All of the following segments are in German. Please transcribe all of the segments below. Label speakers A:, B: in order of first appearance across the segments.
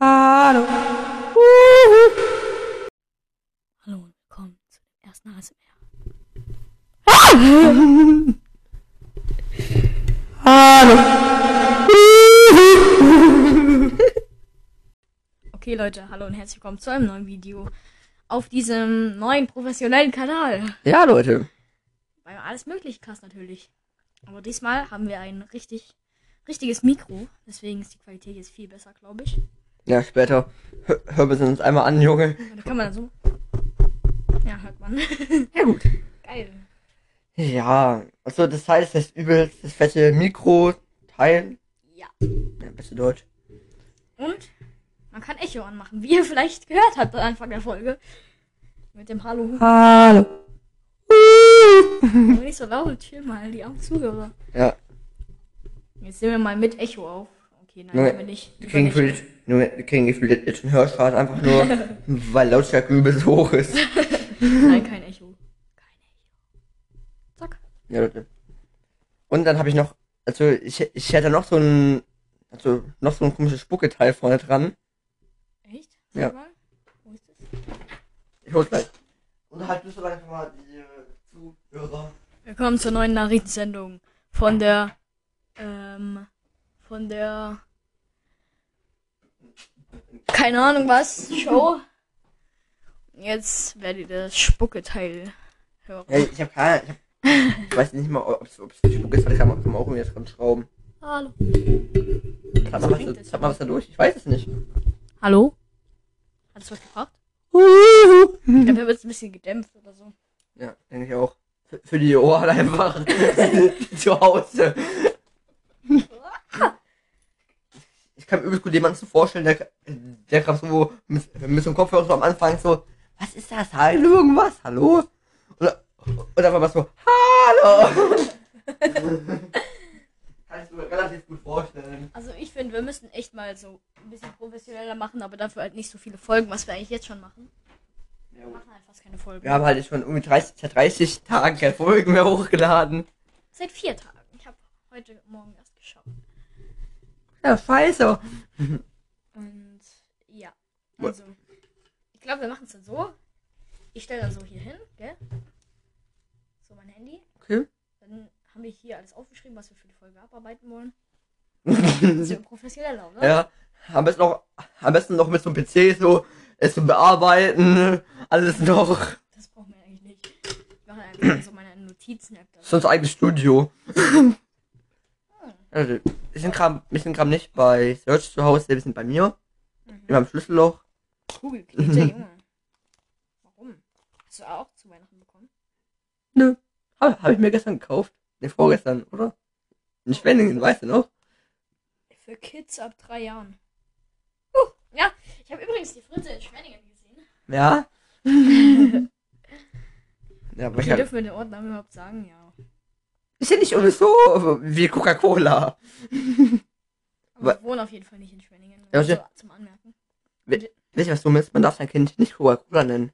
A: Ahnung.
B: Hallo und willkommen zu dem ersten ASMR. Okay, Leute, hallo und herzlich willkommen zu einem neuen Video auf diesem neuen professionellen Kanal.
A: Ja, Leute.
B: Bei alles Möglichkeit natürlich. Aber diesmal haben wir ein richtig, richtiges Mikro. Deswegen ist die Qualität jetzt viel besser, glaube ich.
A: Ja, später. Hör, hören wir uns einmal an, Junge.
B: Da kann man dann so. Ja, hört man.
A: Ja, gut.
B: Geil.
A: Ja, also das heißt, das übelste fette Mikro-Teil.
B: Ja.
A: Ja, beste Deutsch.
B: Und man kann Echo anmachen, wie ihr vielleicht gehört habt am Anfang der Folge. Mit dem Hallo.
A: Hallo.
B: Aber nicht so laut, chill mal, die armen Zuhörer.
A: Ja,
B: Jetzt nehmen wir mal mit Echo auf. Okay, nein,
A: Junge,
B: nehmen wir nicht.
A: wir kriegen
B: Lieber nicht.
A: gefühlt, Junge, wir kriegen gefühlt jetzt einen Hörschaden einfach nur, weil Lautstärke übelst hoch ist.
B: Nein, kein Echo. Kein Echo. Zack.
A: Ja, Leute. Und dann habe ich noch, also ich, ich hätte noch so ein, also noch so ein komisches Spucketeil vorne dran.
B: Echt?
A: Ja.
B: Mal. Wo ist das?
A: Ich hol's gleich. Und halt nicht so lange mal die äh, Zuhörer.
B: Willkommen zur neuen Nachrichtensendung von der, ähm, von der, keine Ahnung was, Show. Jetzt werdet ihr das Spucketeil hören.
A: Ja, ich habe keine, ich, hab, ich weiß nicht mal, ob es Spucke ist, weil kann man, kann man auch irgendwie dran schrauben.
B: Hallo.
A: Klappt mal,
B: bringt
A: was-
B: es
A: klappt mal was da durch? Ich weiß es nicht.
B: Hallo? Hast du was gefragt? Ich glaube, wird ein bisschen gedämpft oder so.
A: Ja, denke ich auch. Für, für die Ohren einfach zu Hause. Ich kann mir übelst gut jemanden so vorstellen, der, der gerade so mit, mit so einem Kopfhörer so am Anfang so, was ist das? Hallo, irgendwas? Hallo? Oder, oder einfach mal so, hallo! Kannst du mir relativ gut vorstellen.
B: Also ich finde, wir müssen echt mal so ein bisschen professioneller machen, aber dafür halt nicht so viele Folgen, was wir eigentlich jetzt schon machen.
A: Ja,
B: Wir
A: gut.
B: machen halt fast keine Folgen.
A: Wir haben halt schon um 30, seit 30 Tagen keine Folgen mehr hochgeladen.
B: Seit vier Tagen. Ich habe heute Morgen erst geschaut.
A: Ja, scheiße.
B: Und ja,
A: Wo-
B: also ich glaube, wir machen es dann so. Ich stelle dann so hier hin, gell? So mein Handy.
A: Okay.
B: Dann haben wir hier alles aufgeschrieben, was wir für die Folge abarbeiten wollen. Das ist
A: ja.
B: ja professioneller, oder?
A: Ja, am besten noch, am besten noch mit so einem PC so, es zum Bearbeiten, alles noch.
B: Das brauchen wir eigentlich nicht. Ich mache einfach so meine Notizen-App. da.
A: Sonst eigenes Studio. Also, wir sind gerade wir sind gerade nicht bei Search zu Hause, wir sind bei mir.
B: Mhm.
A: In meinem Schlüsselloch.
B: Kugelknete, Junge. Warum? Hast du auch zu Weihnachten bekommen?
A: Nö. Habe hab ich mir gestern gekauft. Ne, vorgestern, oder? In Schwenningen, weißt du noch?
B: Für Kids ab drei Jahren. Uh, ja, ich habe übrigens die Fritze in Schwenningen gesehen.
A: Ja. ja, aber ich
B: Die
A: hab,
B: dürfen wir den Ortnamen überhaupt sagen, ja.
A: ist ja nicht unbedingt so wie Coca-Cola.
B: Aber ich wohne auf jeden Fall nicht in Schwenningen.
A: Ja,
B: also,
A: ja.
B: zum Anmerken.
A: Weißt du, was dumm ist? Man darf sein Kind nicht Coca-Cola nennen.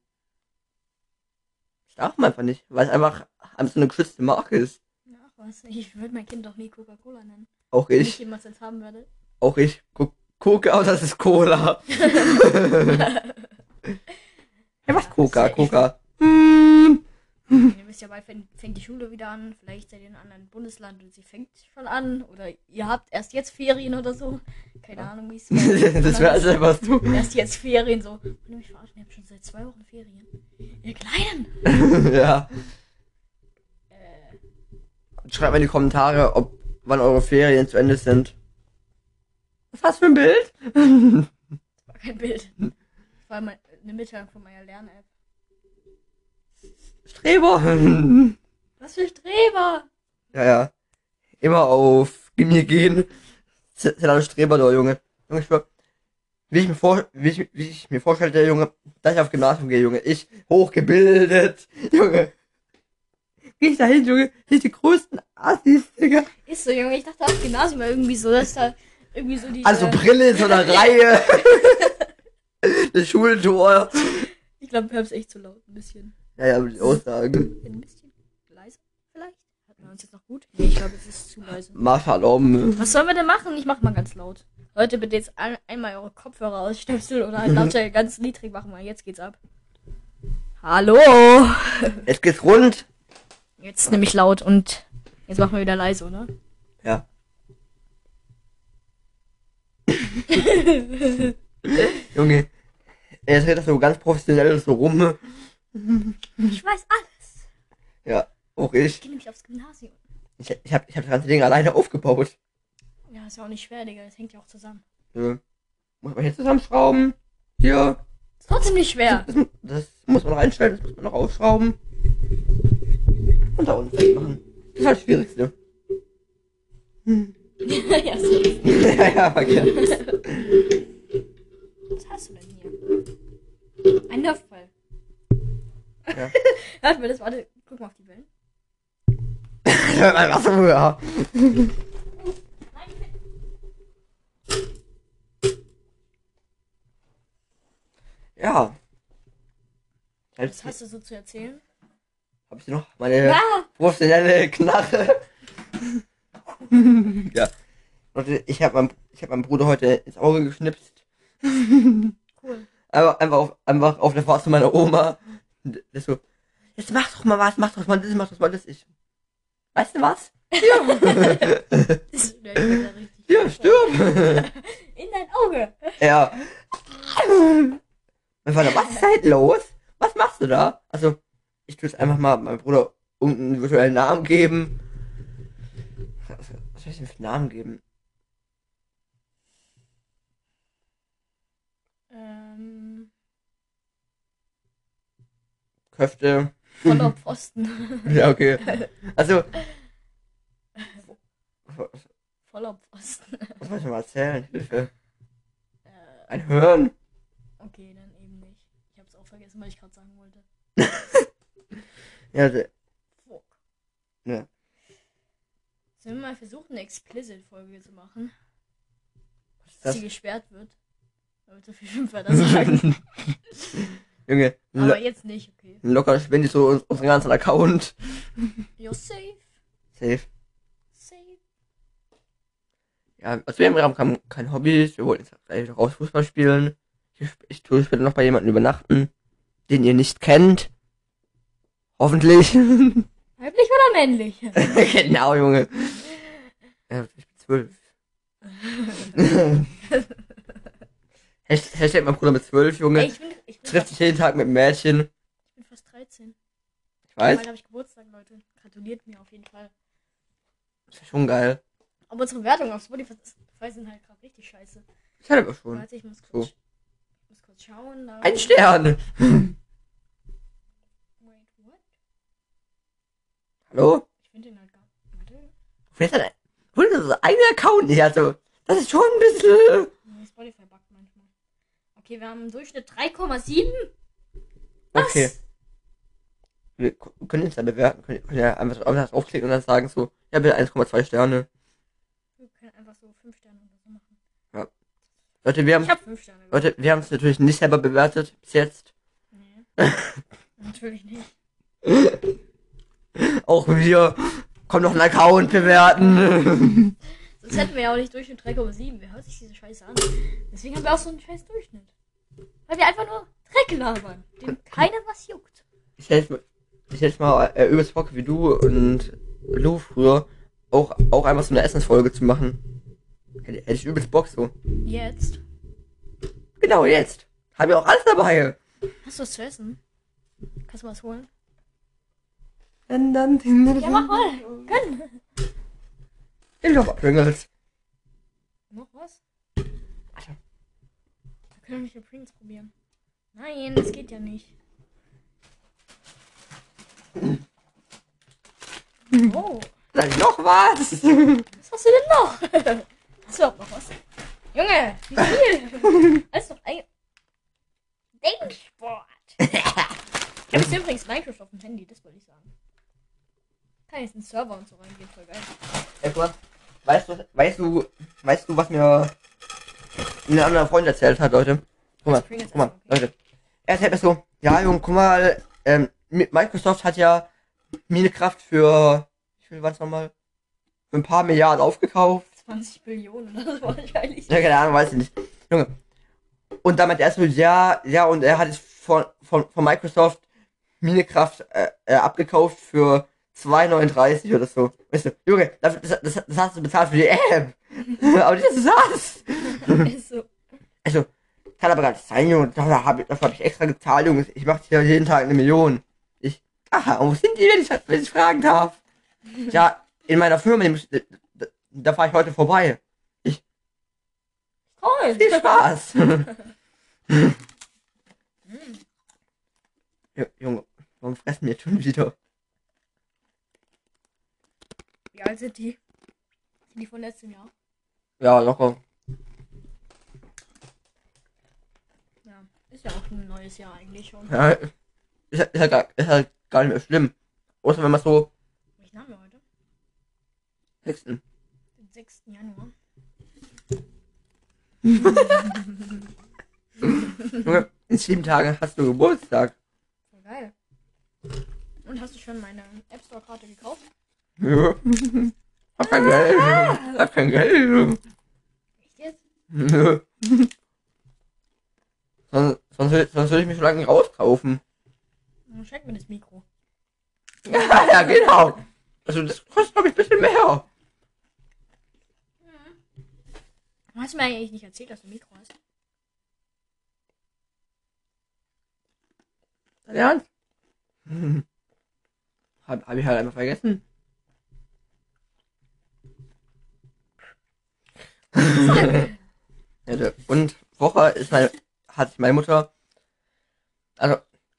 A: Das darf man einfach nicht, weil es einfach, einfach so eine geschützte Marke ist.
B: Ach was, ich würde mein Kind doch nie Coca-Cola nennen.
A: Auch
B: Wenn ich
A: ich,
B: jemals jetzt haben werde.
A: auch ich. Guck, Coca, das ist Cola. ja, was Coca, Coca. Hm.
B: Ihr wisst ja bald, fängt, fängt die Schule wieder an. Vielleicht seid ihr in einem anderen Bundesland und sie fängt schon an. Oder ihr habt erst jetzt Ferien oder so. Keine Ahnung, wie es
A: das wäre also was du.
B: Erst jetzt Ferien so. Wenn mich verarschen, ihr habt schon seit zwei Wochen Ferien. Ihr Kleinen!
A: ja. Äh. Schreibt mir in die Kommentare, ob wann eure Ferien zu Ende sind. Was hast du für ein Bild?
B: War kein Bild. Das war mal eine Mitteilung von meiner Lern-App.
A: Streber.
B: Was für Streber!
A: Ja, ja. Immer auf gib mir gehen. Sind alle Streber da, Junge. Junge, ich schwör, wie ich mir vor, wie ich, wie ich mir vorstellte, Junge, dass ich auf Gymnasium gehe, Junge. Ich, hochgebildet, Junge. Geh ich da hin, Junge, sind die größten Assis, Digga.
B: Ist so, Junge, ich dachte auf Gymnasium war irgendwie so, dass da irgendwie so die.
A: Also Brille in so einer Reihe. Das Schultor.
B: ich glaube, wir haben es echt zu laut. Ein bisschen.
A: Ja, ja, mit den Aussagen.
B: Ein bisschen leiser vielleicht? Hat man uns jetzt noch gut? Nee, ich glaube, es ist zu leise.
A: Marschall um.
B: Was sollen wir denn machen? Ich mach mal ganz laut. Leute, bitte jetzt ein, einmal eure Kopfhörer ausstöpseln oder halt Lautstärke ganz niedrig machen, weil jetzt geht's ab. Hallo!
A: Jetzt geht's rund.
B: Jetzt nämlich laut und jetzt machen wir wieder leise, oder?
A: Ja. Junge. Jetzt redet das so ganz professionell so rum. ne?
B: Ich weiß alles.
A: Ja, auch
B: Ich
A: ich.
B: gehe nämlich aufs Gymnasium.
A: Ich, ich habe ich hab das ganze Ding alleine aufgebaut.
B: Ja, ist ja auch nicht schwer, Digga. Das hängt ja auch zusammen.
A: Ja. Muss man hier zusammenschrauben. Hier.
B: Ist trotzdem nicht schwer.
A: Das, das muss man noch einstellen, das muss man noch aufschrauben. Und da unten fest machen. Das ist halt das Schwierigste.
B: ja, so.
A: ja, ja, verkehrt.
B: Was hast du denn hier? Ein Nerfball.
A: Ja.
B: Warte mal, das warte. Guck mal auf die Wellen.
A: Mein Wasser, ja. Ja.
B: Was
A: Jetzt
B: hast du so zu erzählen? Ah,
A: hab ich noch meine professionelle Knarre. ja. Leute, ich hab meinem, ich hab meinem Bruder heute ins Auge geschnipst.
B: Cool.
A: Einfach, einfach, auf, einfach auf der Fahrt zu meiner Oma. Und Das so, jetzt mach doch mal was, mach doch mal das, mach doch mal das. Ich, weißt du was?
B: Das ist der ist ja richtig.
A: Ja, stirb.
B: In dein Auge.
A: ja. Mein Vater, was ist da halt los? Was machst du da? Also, ich tue es einfach mal meinem Bruder irgendeinen virtuellen Namen geben. Was was soll ich denn für einen Namen geben?
B: Ähm.
A: Köfte.
B: Voller Pfosten.
A: Ja, okay. Also, was
B: Voller Pfosten.
A: was soll ich denn mal erzählen? Hilfe.
B: Äh,
A: Ein Hirn.
B: okay, dann eben nicht. Ich hab's auch vergessen, was ich gerade sagen wollte.
A: Ja, also, der-
B: Fuck.
A: Ja.
B: Sollen wir mal versuchen, eine Explicit-Folge zu machen? Dass
A: das-
B: sie gesperrt wird. Damit so viel Schimpfwörter sagen.
A: Junge, lo
B: Aber jetzt nicht, okay.
A: locker spendet so uns- unseren ganzen Account.
B: You're safe.
A: Safe.
B: Safe.
A: Ja, also wir haben kein, kein Hobby, wir wollen jetzt gleich raus Fußball spielen. Ich, ich tue später noch bei jemandem übernachten, den ihr nicht kennt. Hoffentlich.
B: Weiblich oder männlich?
A: genau, Junge. Ja, ich bin zwölf. Hashtag Hashtag mein Bruder mit zwölf, Junge.
B: Ey, ich, bin, ich, bin
A: Trifft
B: fast,
A: sich jeden Tag mit einem Mädchen.
B: ich bin fast 13.
A: Ich weiß,
B: Bald habe ich Geburtstag, Leute. Gratuliert mir auf jeden Fall.
A: das ist schon geil.
B: Aber unsere Wertungen auf Spotify sind halt gerade richtig scheiße.
A: Ich hatte aber schon.
B: Warte, ich muss
A: So.
B: kurz, ich muss kurz schauen. da-
A: Ein Stern.
B: Wait, what?
A: Hallo?
B: Ich finde den halt gar Warte.
A: Wer hat Wurde unser eigener Account nicht? Also, das ist schon ein bisschen.
B: Nee, Spotify buggt manchmal. Okay, wir haben im Durchschnitt 3,7. Was?
A: Okay. Wir k- können uns da bewerten, können, können ja einfach auf das draufklicken und dann sagen so, ja bitte 1,2 Sterne.
B: Wir können einfach so 5 Sterne oder so machen.
A: Leute, wir haben
B: Ich habe 5 Sterne. gemacht.
A: Leute, wir haben es natürlich nicht selber bewertet bis jetzt.
B: Nee. Natürlich nicht.
A: Auch wir kommen noch einen Account bewerten.
B: Sonst hätten wir ja auch nicht Durchschnitt 3,7. um Wer hört sich diese Scheiße an? Deswegen haben wir auch so einen scheiß Durchschnitt. Weil wir einfach nur Dreck labern, dem keiner was juckt.
A: ich hätte mal- ich hätte mal äh, übelst Bock wie du und Lou früher auch auch einmal so eine Essensfolge zu machen. Hätte, hätte ich übelst Bock so.
B: Jetzt.
A: Genau jetzt. Haben wir auch alles dabei.
B: Hast du was zu essen? Kannst du was holen?
A: Dann dann
B: Ja, mach mal. Gönn.
A: Ich hab Pringles.
B: Noch was?
A: Alter.
B: Wir können nicht den Pringles probieren. Nein, das geht ja nicht. Oh,
A: Dann noch was.
B: was hast du denn noch? Hast du überhaupt noch was? Junge, wie viel? Alles noch ein... Denksport. Ich habe jetzt übrigens Minecraft auf dem Handy, das wollte ich sagen. Kann jetzt in den Server und so reingehen, voll geil.
A: Ey, guck mal, weißt du, weißt du, weißt du, was mir ein anderer Freund erzählt hat, Leute? Guck mal,
B: Also Pringles
A: guck mal,
B: essen, okay.
A: Leute. Er erzählt mir so, ja, Junge, guck mal, ähm, Mi- Microsoft hat ja Minecraft für, wie viel waren's nochmal? Für ein paar Milliarden aufgekauft.
B: 20 Billionen oder so wahrscheinlich.
A: Ja, keine Ahnung, weiß ich nicht. Junge. Und damit erst mit, ja, ja, und er hat es von, von, von Microsoft Minecraft äh, äh, abgekauft für 2,39 oder so. Weißt du, Junge, dafür- das, das, das hast du bezahlt für die App. aber nicht, dass du es hast.
B: Ist so.
A: Also, kann aber gar nicht sein, Junge. Dafür habe ich, dafür hab ich extra gezahlt, Junge. Ich mache hier jeden Tag eine Million. Ich, aha, und wo sind die, wenn ich, wenn ich fragen darf? Ja, in meiner Firma, die muss- da, da fahre ich heute vorbei.
B: Toll.
A: Viel Spaß. Hm. Ju- Junge, warum fressen wir schon wieder?
B: Wie alt sind die? Sind die von letztem Jahr?
A: Ja, locker.
B: Ja. Ist ja auch ein neues Jahr eigentlich schon.
A: Ja, ist, halt- ist, halt gar, ist halt gar nicht mehr schlimm. Außer wenn man so
B: Welchen haben wir heute?
A: hexen.
B: Den 6. Januar.
A: Junge, in sieben Tagen hast du Geburtstag.
B: Voll geil. Und hast du schon meine App Store Karte gekauft?
A: Ja. Hab kein Geld. Junge. Hab kein Geld. Junge.
B: Echt jetzt?
A: Nö. Sonst, sonst, will, sonst will ich mich schon lange rauskaufen.
B: Dann schenk mir das Mikro.
A: Ja, ja, genau. Also das kostet, glaube ich, ein bisschen mehr.
B: Hast du mir eigentlich nicht erzählt, dass du ein Mikro hast?
A: Dein Ernst? Hm. Hab, hab ich halt einfach vergessen. ja, der- und Woche ist meine, hat sich meine Mutter, also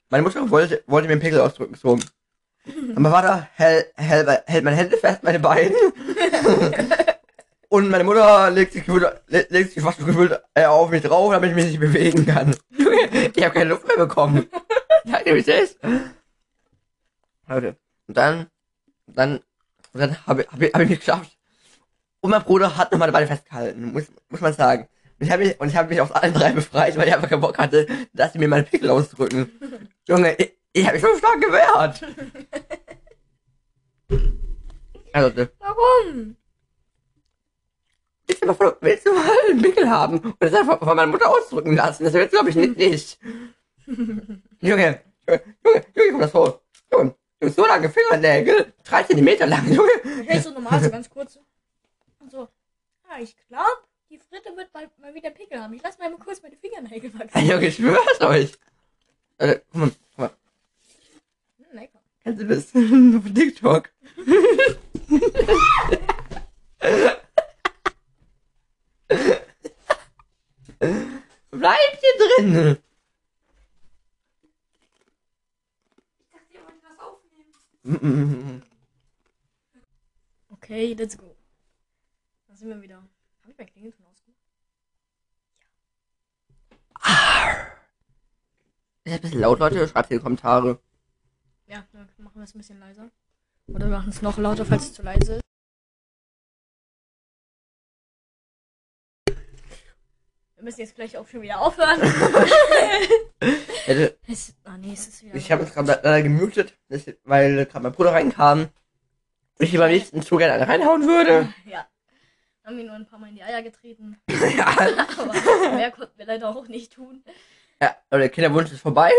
A: meine Mutter wollte, wollte mir einen Pickel ausdrücken, so. Und mein Vater hält, hält, hält meine Hände fest, meine Beine. und meine Mutter legt sich, gefühlt- le- legt sich fast gefühlt äh, auf mich drauf, damit ich mich nicht bewegen kann. ich habe keine Luft mehr bekommen. Sag dir, wie es ist. Leute, und dann, dann, und dann habe hab ich, hab ich mich geschafft. Und mein Bruder hat nochmal dabei festgehalten, muss, muss man sagen. Und ich habe mich, und ich hab mich aus allen drei befreit, weil ich einfach keinen Bock hatte, dass sie mir meinen Pickel ausdrücken. Junge, ich, ich habe mich so stark gewehrt. Also,
B: Warum?
A: willst du mal, von- willst du mal einen Pickel haben und das einfach von meiner Mutter ausdrücken lassen? Das willst du, glaube ich, nicht. nicht. Junge, Junge, Junge, Junge, komm das vor. Junge, Junge, so lange Fingernägel, drei Zentimeter lang, Junge.
B: Hey, so normal, so ganz kurz. Und so. Ah, ich glaube, die Fritte wird bald mal wieder Pickel haben. Ich lasse mal, mal kurz meine Fingernägel
A: Ey,
B: wachsen.
A: Junge, ich schwör's euch. Also, guck mal, guck mal,
B: Hm, lecker.
A: kennst du das? Auf TikTok. Bleib hier drin.
B: Ich dachte, ihr wollt was aufnehmen.
A: Mm, mm, mm.
B: Okay, let's go. Da sind wir wieder. Hab ich mein Klingelton ausgemacht?
A: Ist ein bisschen laut, Leute. Schreibt in die Kommentare.
B: Ja, dann machen wir es ein bisschen leiser. Oder wir machen es noch lauter, falls es zu leise ist. Wir müssen jetzt gleich auch schon wieder aufhören.
A: Hätte,
B: Es, ah nee, es ist wieder.
A: ich habe uns gerade leider gemutet, das- weil gerade mein Bruder reinkam. Und ich ihm am liebsten zu gerne eine reinhauen würde.
B: Ja. Haben wir nur ein paar Mal in die Eier getreten.
A: ja,
B: Aber mehr konnten wir leider auch nicht tun.
A: ja, aber der Kinderwunsch ist vorbei.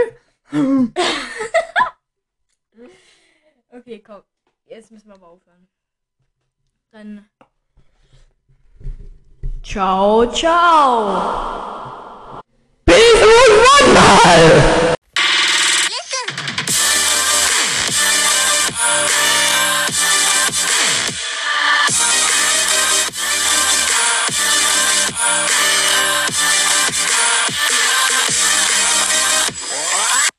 B: Okay, komm. Jetzt müssen wir aber aufhören. Dann. Ciao, ciao!
A: Bis und Wunderl!